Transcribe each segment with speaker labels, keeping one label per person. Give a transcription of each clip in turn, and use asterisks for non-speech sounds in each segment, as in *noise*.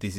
Speaker 1: This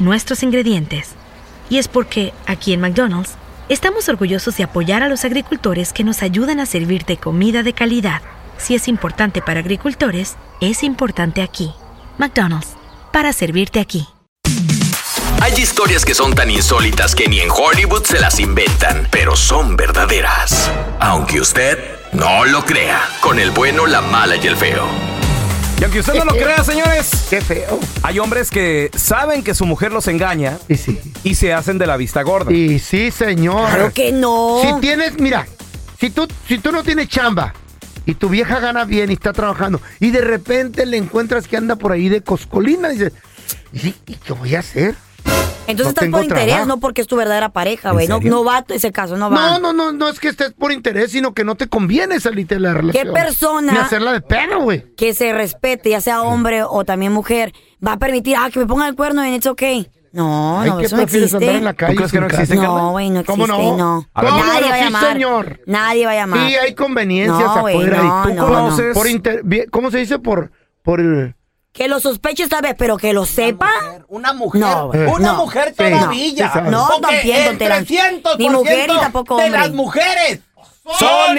Speaker 2: nuestros ingredientes. Y es porque, aquí en McDonald's, estamos orgullosos de apoyar a los agricultores que nos ayudan a servirte comida de calidad. Si es importante para agricultores, es importante aquí. McDonald's, para servirte aquí.
Speaker 3: Hay historias que son tan insólitas que ni en Hollywood se las inventan, pero son verdaderas. Aunque usted no lo crea, con el bueno, la mala y el feo.
Speaker 4: Y aunque usted no lo crea, señores,
Speaker 5: Qué feo.
Speaker 4: hay hombres que saben que su mujer los engaña
Speaker 5: Y sí.
Speaker 4: y se hacen de la vista gorda.
Speaker 5: Y sí, señor.
Speaker 6: Claro que no.
Speaker 5: Si tienes, mira, si tú, si tú no tienes chamba y tu vieja gana bien y está trabajando y de repente le encuentras que anda por ahí de coscolina, dices, ¿y, y qué voy a hacer?
Speaker 6: Entonces
Speaker 5: no
Speaker 6: estás por
Speaker 5: tengo
Speaker 6: interés,
Speaker 5: trabajo.
Speaker 6: no porque es tu verdadera pareja,
Speaker 4: ¿En
Speaker 6: güey. No,
Speaker 4: serio?
Speaker 6: no va ese caso, no va.
Speaker 5: No, no, no, no es que estés por interés, sino que no te conviene salirte de la relación.
Speaker 6: persona-
Speaker 5: Ni hacerla de pedo, güey.
Speaker 6: Que se respete, ya sea hombre o también mujer, va a permitir, ah, que me pongan el cuerno y it's okay. No,
Speaker 5: Ay,
Speaker 6: no,
Speaker 5: ¿qué
Speaker 6: eso no
Speaker 5: prefieres,
Speaker 6: existe.
Speaker 5: andar en la calle
Speaker 4: crees que
Speaker 5: sin
Speaker 4: no
Speaker 5: casa?
Speaker 4: existe, Carla?
Speaker 6: No, güey, no existe,
Speaker 5: ¿Cómo no?
Speaker 6: no.
Speaker 4: A ver.
Speaker 5: ¿Cómo
Speaker 6: Nadie
Speaker 5: no?
Speaker 6: va a
Speaker 5: Sí,
Speaker 6: llamar.
Speaker 5: señor.
Speaker 6: Nadie va a llamar.
Speaker 5: Sí, hay conveniencias
Speaker 6: No, güey,
Speaker 5: afuera.
Speaker 6: no,
Speaker 5: y tú
Speaker 6: no,
Speaker 5: conoces-
Speaker 4: no.
Speaker 5: Por inter- bien, ¿Cómo se dice? Por... por eh,
Speaker 6: Que lo sospeche esta vez, pero que lo sepa.
Speaker 7: Una mujer.
Speaker 6: No, güey.
Speaker 7: una
Speaker 6: No.
Speaker 7: mujer
Speaker 5: Sí.
Speaker 7: todavía.
Speaker 5: Sí, sabes.
Speaker 6: No,
Speaker 7: Porque
Speaker 6: también, don
Speaker 7: el
Speaker 6: Tela.
Speaker 7: 300%
Speaker 6: Ni mujer ni tampoco
Speaker 7: de
Speaker 6: hombre.
Speaker 7: las mujeres
Speaker 4: ¡Son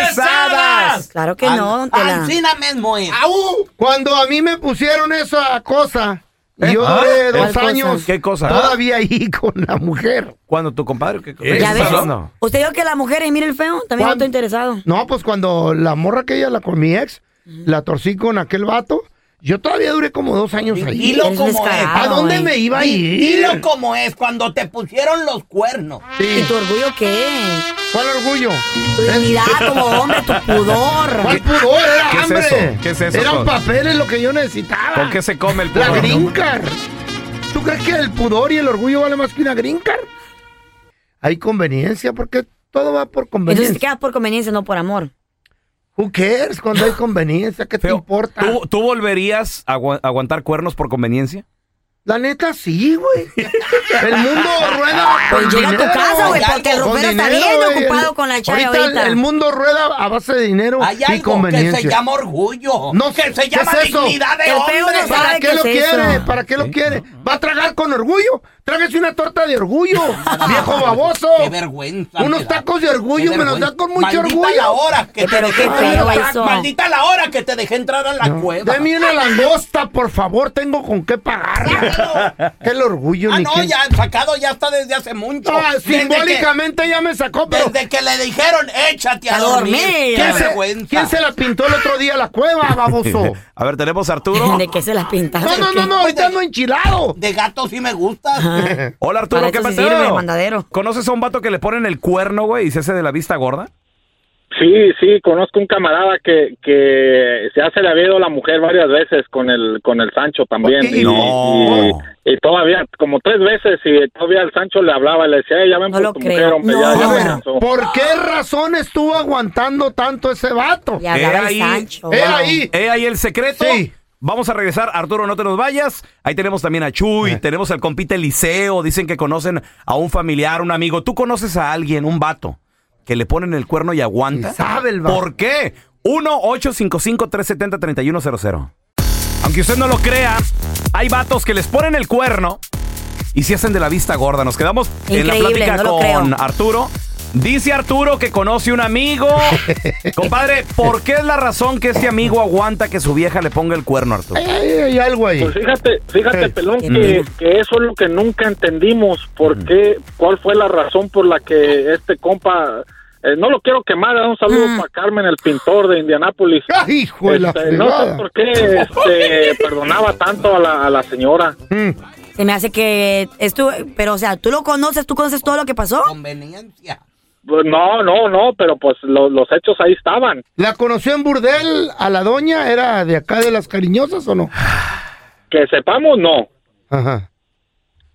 Speaker 4: interesadas!
Speaker 6: Claro que no, don Tela.
Speaker 7: Ancina mismo es.
Speaker 5: ¡Au! Cuando a mí me pusieron esa cosa, y yo
Speaker 4: ¿Ah?
Speaker 5: duré
Speaker 4: ¿Cuál
Speaker 5: dos
Speaker 6: cosa?
Speaker 5: años.
Speaker 4: ¿Qué cosa?
Speaker 5: Todavía ahí *laughs* con la mujer.
Speaker 4: Cuando tu compadre... ¿qué- qué
Speaker 6: ¿Ya
Speaker 4: estás
Speaker 6: ves?
Speaker 4: hablando?
Speaker 6: Usted dijo que la mujer y mira el feo, también no
Speaker 5: ¿Cuán-
Speaker 6: estoy interesado.
Speaker 5: No, pues cuando la morra que ella, la con mi ex, la torcí con aquel vato, yo todavía duré como dos años ahí.
Speaker 7: Dilo
Speaker 6: Eres
Speaker 7: como es.
Speaker 6: descarado.
Speaker 5: ¿A dónde
Speaker 6: güey.
Speaker 5: me iba a ir?
Speaker 7: Dilo como es cuando te pusieron los cuernos.
Speaker 5: Sí.
Speaker 6: ¿Y tu orgullo qué?
Speaker 5: ¿Cuál orgullo?
Speaker 6: Tu dignidad como hombre, tu pudor.
Speaker 5: ¿Cuál pudor? Era
Speaker 4: qué es
Speaker 5: hambre.
Speaker 4: eso? ¿Qué es eso,
Speaker 5: Eran
Speaker 4: Cos?
Speaker 5: papeles lo que yo necesitaba.
Speaker 4: ¿Con qué se come el
Speaker 5: La
Speaker 4: pudor?
Speaker 5: green card. ¿Tú crees que el pudor y el orgullo vale más que una green card? Hay conveniencia, porque todo va por
Speaker 6: Entonces te
Speaker 5: conveniencia.
Speaker 6: quedas por conveniencia, no por amor.
Speaker 5: Who cares
Speaker 6: *laughs*
Speaker 5: cuando hay conveniencia? ¿Qué te
Speaker 4: Feo,
Speaker 5: importa?
Speaker 4: ¿Tú, tú volverías a agu- aguantar cuernos por conveniencia?
Speaker 5: La neta, sí, güey. El mundo rueda.
Speaker 6: Pues llega a tu casa, güey, porque el
Speaker 5: Con
Speaker 6: ropero está
Speaker 5: dinero,
Speaker 6: bien
Speaker 5: güey.
Speaker 6: ocupado con la chaya
Speaker 5: ahorita.
Speaker 6: ahorita.
Speaker 5: El, el mundo rueda a base de dinero
Speaker 7: Hay
Speaker 5: y
Speaker 7: algo que
Speaker 5: conveniencia.
Speaker 7: se llama orgullo.
Speaker 5: No,
Speaker 7: que
Speaker 5: ¿qué
Speaker 7: se llama
Speaker 5: es eso?
Speaker 7: dignidad de
Speaker 6: El feo
Speaker 7: hombre.
Speaker 6: no sabe
Speaker 5: ¿Para
Speaker 6: qué
Speaker 5: qué lo
Speaker 6: es eso?
Speaker 5: quiere? ¿Para qué lo quiere? ¿Va a tragar con orgullo? Tráguese una torta
Speaker 7: *laughs*
Speaker 5: de orgullo, viejo baboso.
Speaker 7: Qué vergüenza. me
Speaker 5: Unos
Speaker 7: da.
Speaker 5: tacos de
Speaker 7: Qué
Speaker 5: orgullo me los
Speaker 7: vergüenza.
Speaker 5: da con mucho
Speaker 7: Maldita
Speaker 5: orgullo.
Speaker 7: la hora que te
Speaker 6: Pero qué
Speaker 7: dejé
Speaker 6: feo
Speaker 7: entrar,
Speaker 6: eso.
Speaker 7: Maldita la hora que te dejé entrar a la cueva.
Speaker 5: Deme una langosta, por favor, tengo con qué pagarla. Qué el orgullo,
Speaker 7: Ah,
Speaker 5: ni
Speaker 7: no,
Speaker 5: qué-
Speaker 7: ya sacado ya está desde hace mucho.
Speaker 5: Ah,
Speaker 7: Desde
Speaker 5: simbólicamente ya me sacó,
Speaker 7: que-
Speaker 5: pero
Speaker 7: Desde que le dijeron, échate a
Speaker 6: A
Speaker 7: dormir.
Speaker 6: dormir.
Speaker 7: Qué
Speaker 5: ¿quién se,
Speaker 7: vergüenza.
Speaker 5: quién se la pintó el otro día la cueva,
Speaker 8: *laughs*
Speaker 5: baboso?
Speaker 4: A ver, tenemos a
Speaker 6: *laughs*
Speaker 4: Arturo.
Speaker 6: ¿De qué se las pintas?
Speaker 5: No, no, no, no, ahorita ando enchilado.
Speaker 7: De gato sí me gusta.
Speaker 6: Ah,
Speaker 4: Hola, Arturo,
Speaker 6: Para
Speaker 4: ¿qué
Speaker 6: eso sí
Speaker 4: pasó?
Speaker 6: sirve el mandadero.
Speaker 4: ¿Conoces a un vato que le ponen el cuerno, güey, y se hace de la vista gorda?
Speaker 8: Sí, sí, conozco un camarada que, que se hace la vida a la mujer varias veces con el con el Sancho también.
Speaker 5: Y-
Speaker 8: Y,
Speaker 4: No.
Speaker 8: y- y todavía, como tres veces, y todavía el Sancho le hablaba y le decía, "Ey, ya ven
Speaker 6: No
Speaker 8: por
Speaker 6: lo
Speaker 8: tu
Speaker 6: creo.
Speaker 8: mujer, hombre,
Speaker 6: No,
Speaker 8: ya,
Speaker 5: A
Speaker 8: ya
Speaker 6: no,
Speaker 8: ven
Speaker 6: no.
Speaker 5: ver,
Speaker 8: eso".
Speaker 5: ¿por qué razón estuvo aguantando tanto ese vato?
Speaker 6: Y hablaba
Speaker 4: Era ahí,
Speaker 6: el Sancho.
Speaker 5: Era
Speaker 6: wow.
Speaker 5: ahí.
Speaker 4: ¿Eh ahí el secreto?
Speaker 5: Sí.
Speaker 4: Vamos a regresar. Arturo, no te nos vayas. Ahí tenemos también a Chuy,
Speaker 5: Eh.
Speaker 4: tenemos al compite Eliseo. Dicen que conocen a un familiar, un amigo. ¿Tú conoces a alguien, un vato, que le ponen el cuerno y aguanta?
Speaker 5: Y sabe el vato.
Speaker 4: ¿Por qué? 1-855-370-3100. Aunque usted no lo crea, hay vatos que les ponen el cuerno y se hacen de la vista gorda. Nos quedamos en la
Speaker 6: Increíble,
Speaker 4: plática
Speaker 6: no lo
Speaker 4: con
Speaker 6: creo.
Speaker 4: Arturo. Dice Arturo que conoce un
Speaker 5: *laughs*
Speaker 4: amigo. Compadre, ¿por qué es la razón que este amigo aguanta que su vieja le ponga el cuerno, Arturo?
Speaker 5: Ay, ay, ay, algo ahí.
Speaker 8: Pues fíjate, fíjate,
Speaker 5: Eh,
Speaker 8: Pelón,
Speaker 6: qué
Speaker 8: que,
Speaker 6: pena.
Speaker 8: que eso es lo que nunca entendimos. ¿Por
Speaker 5: Mm.
Speaker 8: qué? ¿Cuál fue la razón por la que este compa... eh, no lo quiero quemar, un saludo
Speaker 6: Mm.
Speaker 8: para Carmen, el pintor de Indianápolis.
Speaker 5: Ay, *laughs* hijo de la
Speaker 8: Este, no sé
Speaker 5: fregada.
Speaker 8: por qué este, perdonaba tanto a la, a la señora.
Speaker 6: Se me hace que es tu- pero o sea, tú lo conoces, tú conoces todo lo que pasó.
Speaker 7: Conveniencia.
Speaker 8: Pues, No, no, no, pero pues lo- los hechos ahí estaban.
Speaker 5: ¿La conoció en Burdel a la doña? ¿Era de acá de las cariñosas o no?
Speaker 8: Que sepamos, no.
Speaker 5: Ajá.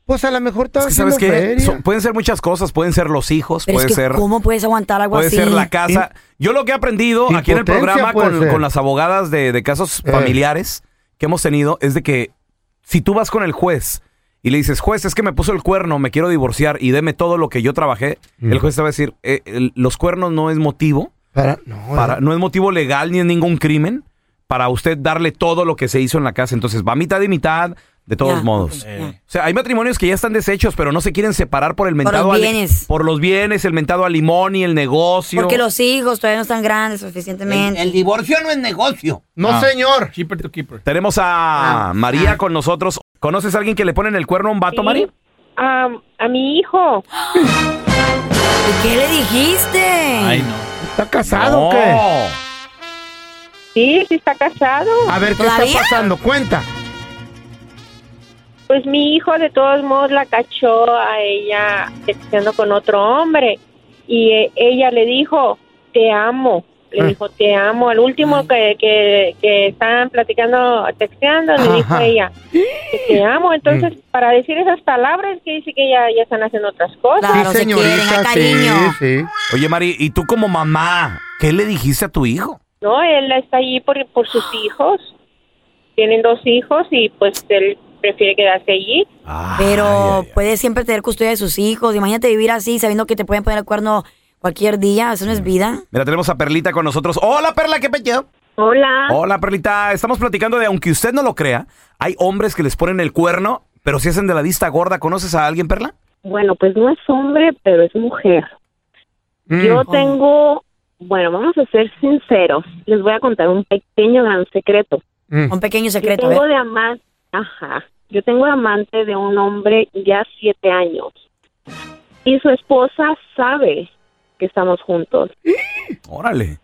Speaker 5: Pues a lo mejor
Speaker 4: Es
Speaker 5: estaba
Speaker 4: que, ¿sabes
Speaker 5: haciendo
Speaker 4: qué? pues,
Speaker 5: feria.
Speaker 4: So- pueden ser muchas cosas. Pueden ser los hijos,
Speaker 6: Pero
Speaker 4: puede
Speaker 6: es que
Speaker 4: ser...
Speaker 6: ¿cómo puedes aguantar algo
Speaker 4: Puede
Speaker 6: así?
Speaker 4: ser la casa. Yo lo que he aprendido aquí en el
Speaker 5: Impotencia
Speaker 4: programa
Speaker 5: puede
Speaker 4: con,
Speaker 5: ser.
Speaker 4: con las abogadas de, de casos
Speaker 5: Eh.
Speaker 4: familiares que hemos tenido es de que si tú vas con el juez y le dices, juez, es que me puso el cuerno, me quiero divorciar y deme todo lo que yo trabajé,
Speaker 5: Mm.
Speaker 4: el juez te va a decir, "Eh, el- los cuernos no es motivo,
Speaker 5: Para, no,
Speaker 4: para, no es motivo legal ni es ningún crimen para usted darle todo lo que se hizo en la casa. Entonces va mitad y mitad, de todos
Speaker 6: Ya,
Speaker 4: modos.
Speaker 6: ok, ya.
Speaker 4: O sea, hay matrimonios que ya están deshechos, pero no se quieren separar por el mentado
Speaker 6: los
Speaker 4: ale-
Speaker 6: bienes.
Speaker 4: por los bienes, el mentado a limón y el negocio.
Speaker 6: Porque los hijos todavía no están grandes
Speaker 7: El,
Speaker 6: suficientemente.
Speaker 7: el divorcio no es negocio.
Speaker 5: no
Speaker 4: ah.
Speaker 5: señor.
Speaker 7: Keeper to keeper.
Speaker 4: Tenemos a
Speaker 6: Ah,
Speaker 4: María con nosotros. ¿Conoces a alguien que le ponen el cuerno a un vato, María?
Speaker 9: Am, a mi hijo.
Speaker 6: ¿Y ¿Qué le dijiste?
Speaker 5: ¿Está casado o qué?
Speaker 4: pues, No.
Speaker 9: Sí, sí está casado.
Speaker 5: A ver, ¿qué
Speaker 6: ¿Todavía?
Speaker 5: está pasando? Cuenta.
Speaker 9: Pues mi hijo de todos modos la cachó a ella sexeando con otro hombre y eh, ella le dijo, te amo. Le
Speaker 5: Ah.
Speaker 9: dijo, te amo. Al último que, que, que estaban platicando, texteando, le dijo
Speaker 5: Ajá. Mm.
Speaker 9: ella, que te amo. Entonces, para decir esas palabras, que dice que ya, ya están haciendo otras cosas.
Speaker 6: Claro, se quieren, hay cariño.
Speaker 5: sí, sí.
Speaker 4: Oye, María, ¿y tú como mamá, qué le dijiste a tu hijo?
Speaker 9: No, él está allí por, por sus hijos. Tienen dos hijos y pues él prefiere quedarse allí.
Speaker 6: Pero pues- puedes siempre tener custodia de sus hijos. Imagínate vivir así sabiendo que te pueden poner el cuerno cualquier día. Eso no
Speaker 7: Mm.
Speaker 6: es vida.
Speaker 4: Mira, tenemos a Perlita con nosotros. Hola, Perla, qué pecho.
Speaker 9: Hola.
Speaker 4: Hola, Perlita. Estamos platicando de, aunque usted no lo crea, hay hombres que les ponen el cuerno, pero se hacen de la vista gorda. ¿Conoces a alguien, Perla?
Speaker 9: Bueno, pues no es hombre, pero es mujer. Yo tengo, bueno, vamos a ser sinceros. Les voy a contar un pequeño gran secreto.
Speaker 7: Mm.
Speaker 6: Un pequeño
Speaker 9: Yo
Speaker 6: secreto. a
Speaker 9: tengo
Speaker 6: ver.
Speaker 9: de amante, ajá, yo tengo de amante de un hombre ya siete años y su esposa sabe que estamos juntos.
Speaker 4: Órale.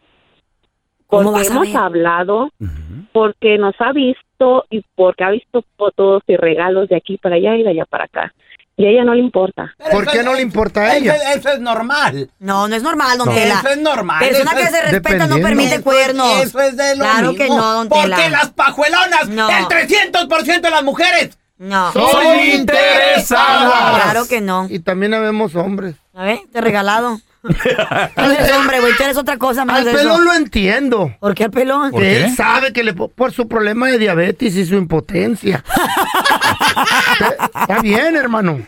Speaker 6: ¿Cómo
Speaker 9: Porque
Speaker 6: vas a
Speaker 9: hemos
Speaker 6: ver?
Speaker 9: hablado,
Speaker 4: Ujú.
Speaker 9: porque nos ha visto y porque ha visto fotos y regalos de aquí para allá y de allá para acá. Y a ella no le importa.
Speaker 5: ¿Por qué no le importa a ella?
Speaker 7: Eso, es normal.
Speaker 6: No, no es normal, don Tela.
Speaker 7: Eso es normal. eso
Speaker 6: Persona que
Speaker 7: es-
Speaker 6: se respeta no
Speaker 5: dependiendo.
Speaker 6: permite
Speaker 7: Eso-
Speaker 6: cuernos.
Speaker 7: Eso es de lo
Speaker 6: Claro
Speaker 7: mismo.
Speaker 6: que no, don Tela.
Speaker 7: Porque las pajuelonas,
Speaker 6: No.
Speaker 7: el 300% de las mujeres.
Speaker 6: No.
Speaker 5: Son interesadas.
Speaker 6: Claro que no.
Speaker 5: Y también habemos hombres.
Speaker 6: A ver, te
Speaker 7: *laughs*
Speaker 6: he regalado. Tú eres hombre, güey. Tú eres otra cosa más
Speaker 5: Al
Speaker 6: de eso.
Speaker 5: pelón lo entiendo.
Speaker 6: ¿Por qué al pelón?
Speaker 4: ¿Por qué?
Speaker 5: Él sabe que le po- por su problema de diabetes y su impotencia.
Speaker 6: *laughs*
Speaker 5: está, está bien, hermano.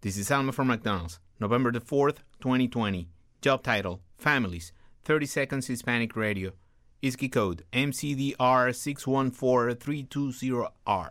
Speaker 1: This is Alma from McDonald's, November the 4th, 2020. Job title Families, 30 Seconds Hispanic Radio. ISKI code MCDR614320R.